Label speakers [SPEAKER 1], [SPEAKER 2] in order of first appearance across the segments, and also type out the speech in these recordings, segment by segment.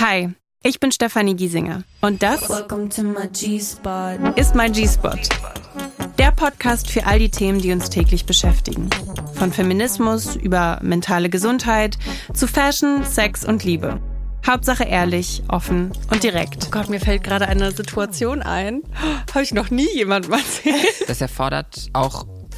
[SPEAKER 1] Hi, ich bin Stefanie Giesinger und das
[SPEAKER 2] Welcome to my G-Spot.
[SPEAKER 1] ist mein G-Spot. Der Podcast für all die Themen, die uns täglich beschäftigen. Von Feminismus über mentale Gesundheit zu Fashion, Sex und Liebe. Hauptsache ehrlich, offen und direkt. Oh Gott, mir fällt gerade eine Situation ein. Habe ich noch nie jemandem erzählt.
[SPEAKER 3] Das erfordert auch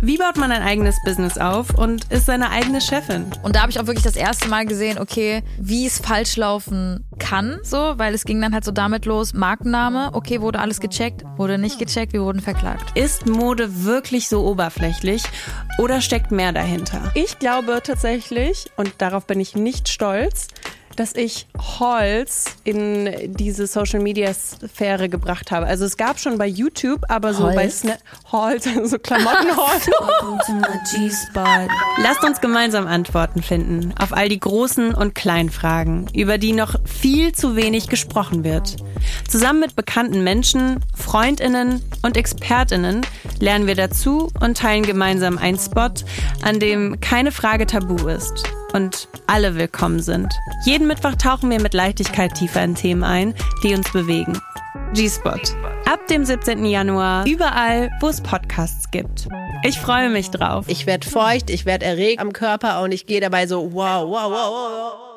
[SPEAKER 1] Wie baut man ein eigenes Business auf und ist seine eigene Chefin?
[SPEAKER 4] Und da habe ich auch wirklich das erste Mal gesehen, okay, wie es falsch laufen kann, so, weil es ging dann halt so damit los, Markenname, okay, wurde alles gecheckt, wurde nicht gecheckt, wir wurden verklagt.
[SPEAKER 1] Ist Mode wirklich so oberflächlich oder steckt mehr dahinter? Ich glaube tatsächlich, und darauf bin ich nicht stolz, dass ich Holz in diese Social Media Sphäre gebracht habe. Also es gab schon bei YouTube, aber so bei
[SPEAKER 2] Holz?
[SPEAKER 1] Sna Holz, also Klamottenholz.
[SPEAKER 2] Welcome to my G-Spot.
[SPEAKER 1] Lasst uns gemeinsam Antworten finden auf all die großen und kleinen Fragen, über die noch viel zu wenig gesprochen wird. Zusammen mit bekannten Menschen, Freundinnen und Expertinnen lernen wir dazu und teilen gemeinsam einen Spot, an dem keine Frage tabu ist und alle willkommen sind. Jeden Mittwoch tauchen wir mit Leichtigkeit tiefer in Themen ein, die uns bewegen. G-Spot. Ab dem 17. Januar überall, wo es Podcasts gibt. Ich freue mich drauf.
[SPEAKER 5] Ich werd feucht, ich werd erregt am Körper und ich gehe dabei so wow, wow, wow, wow, wow.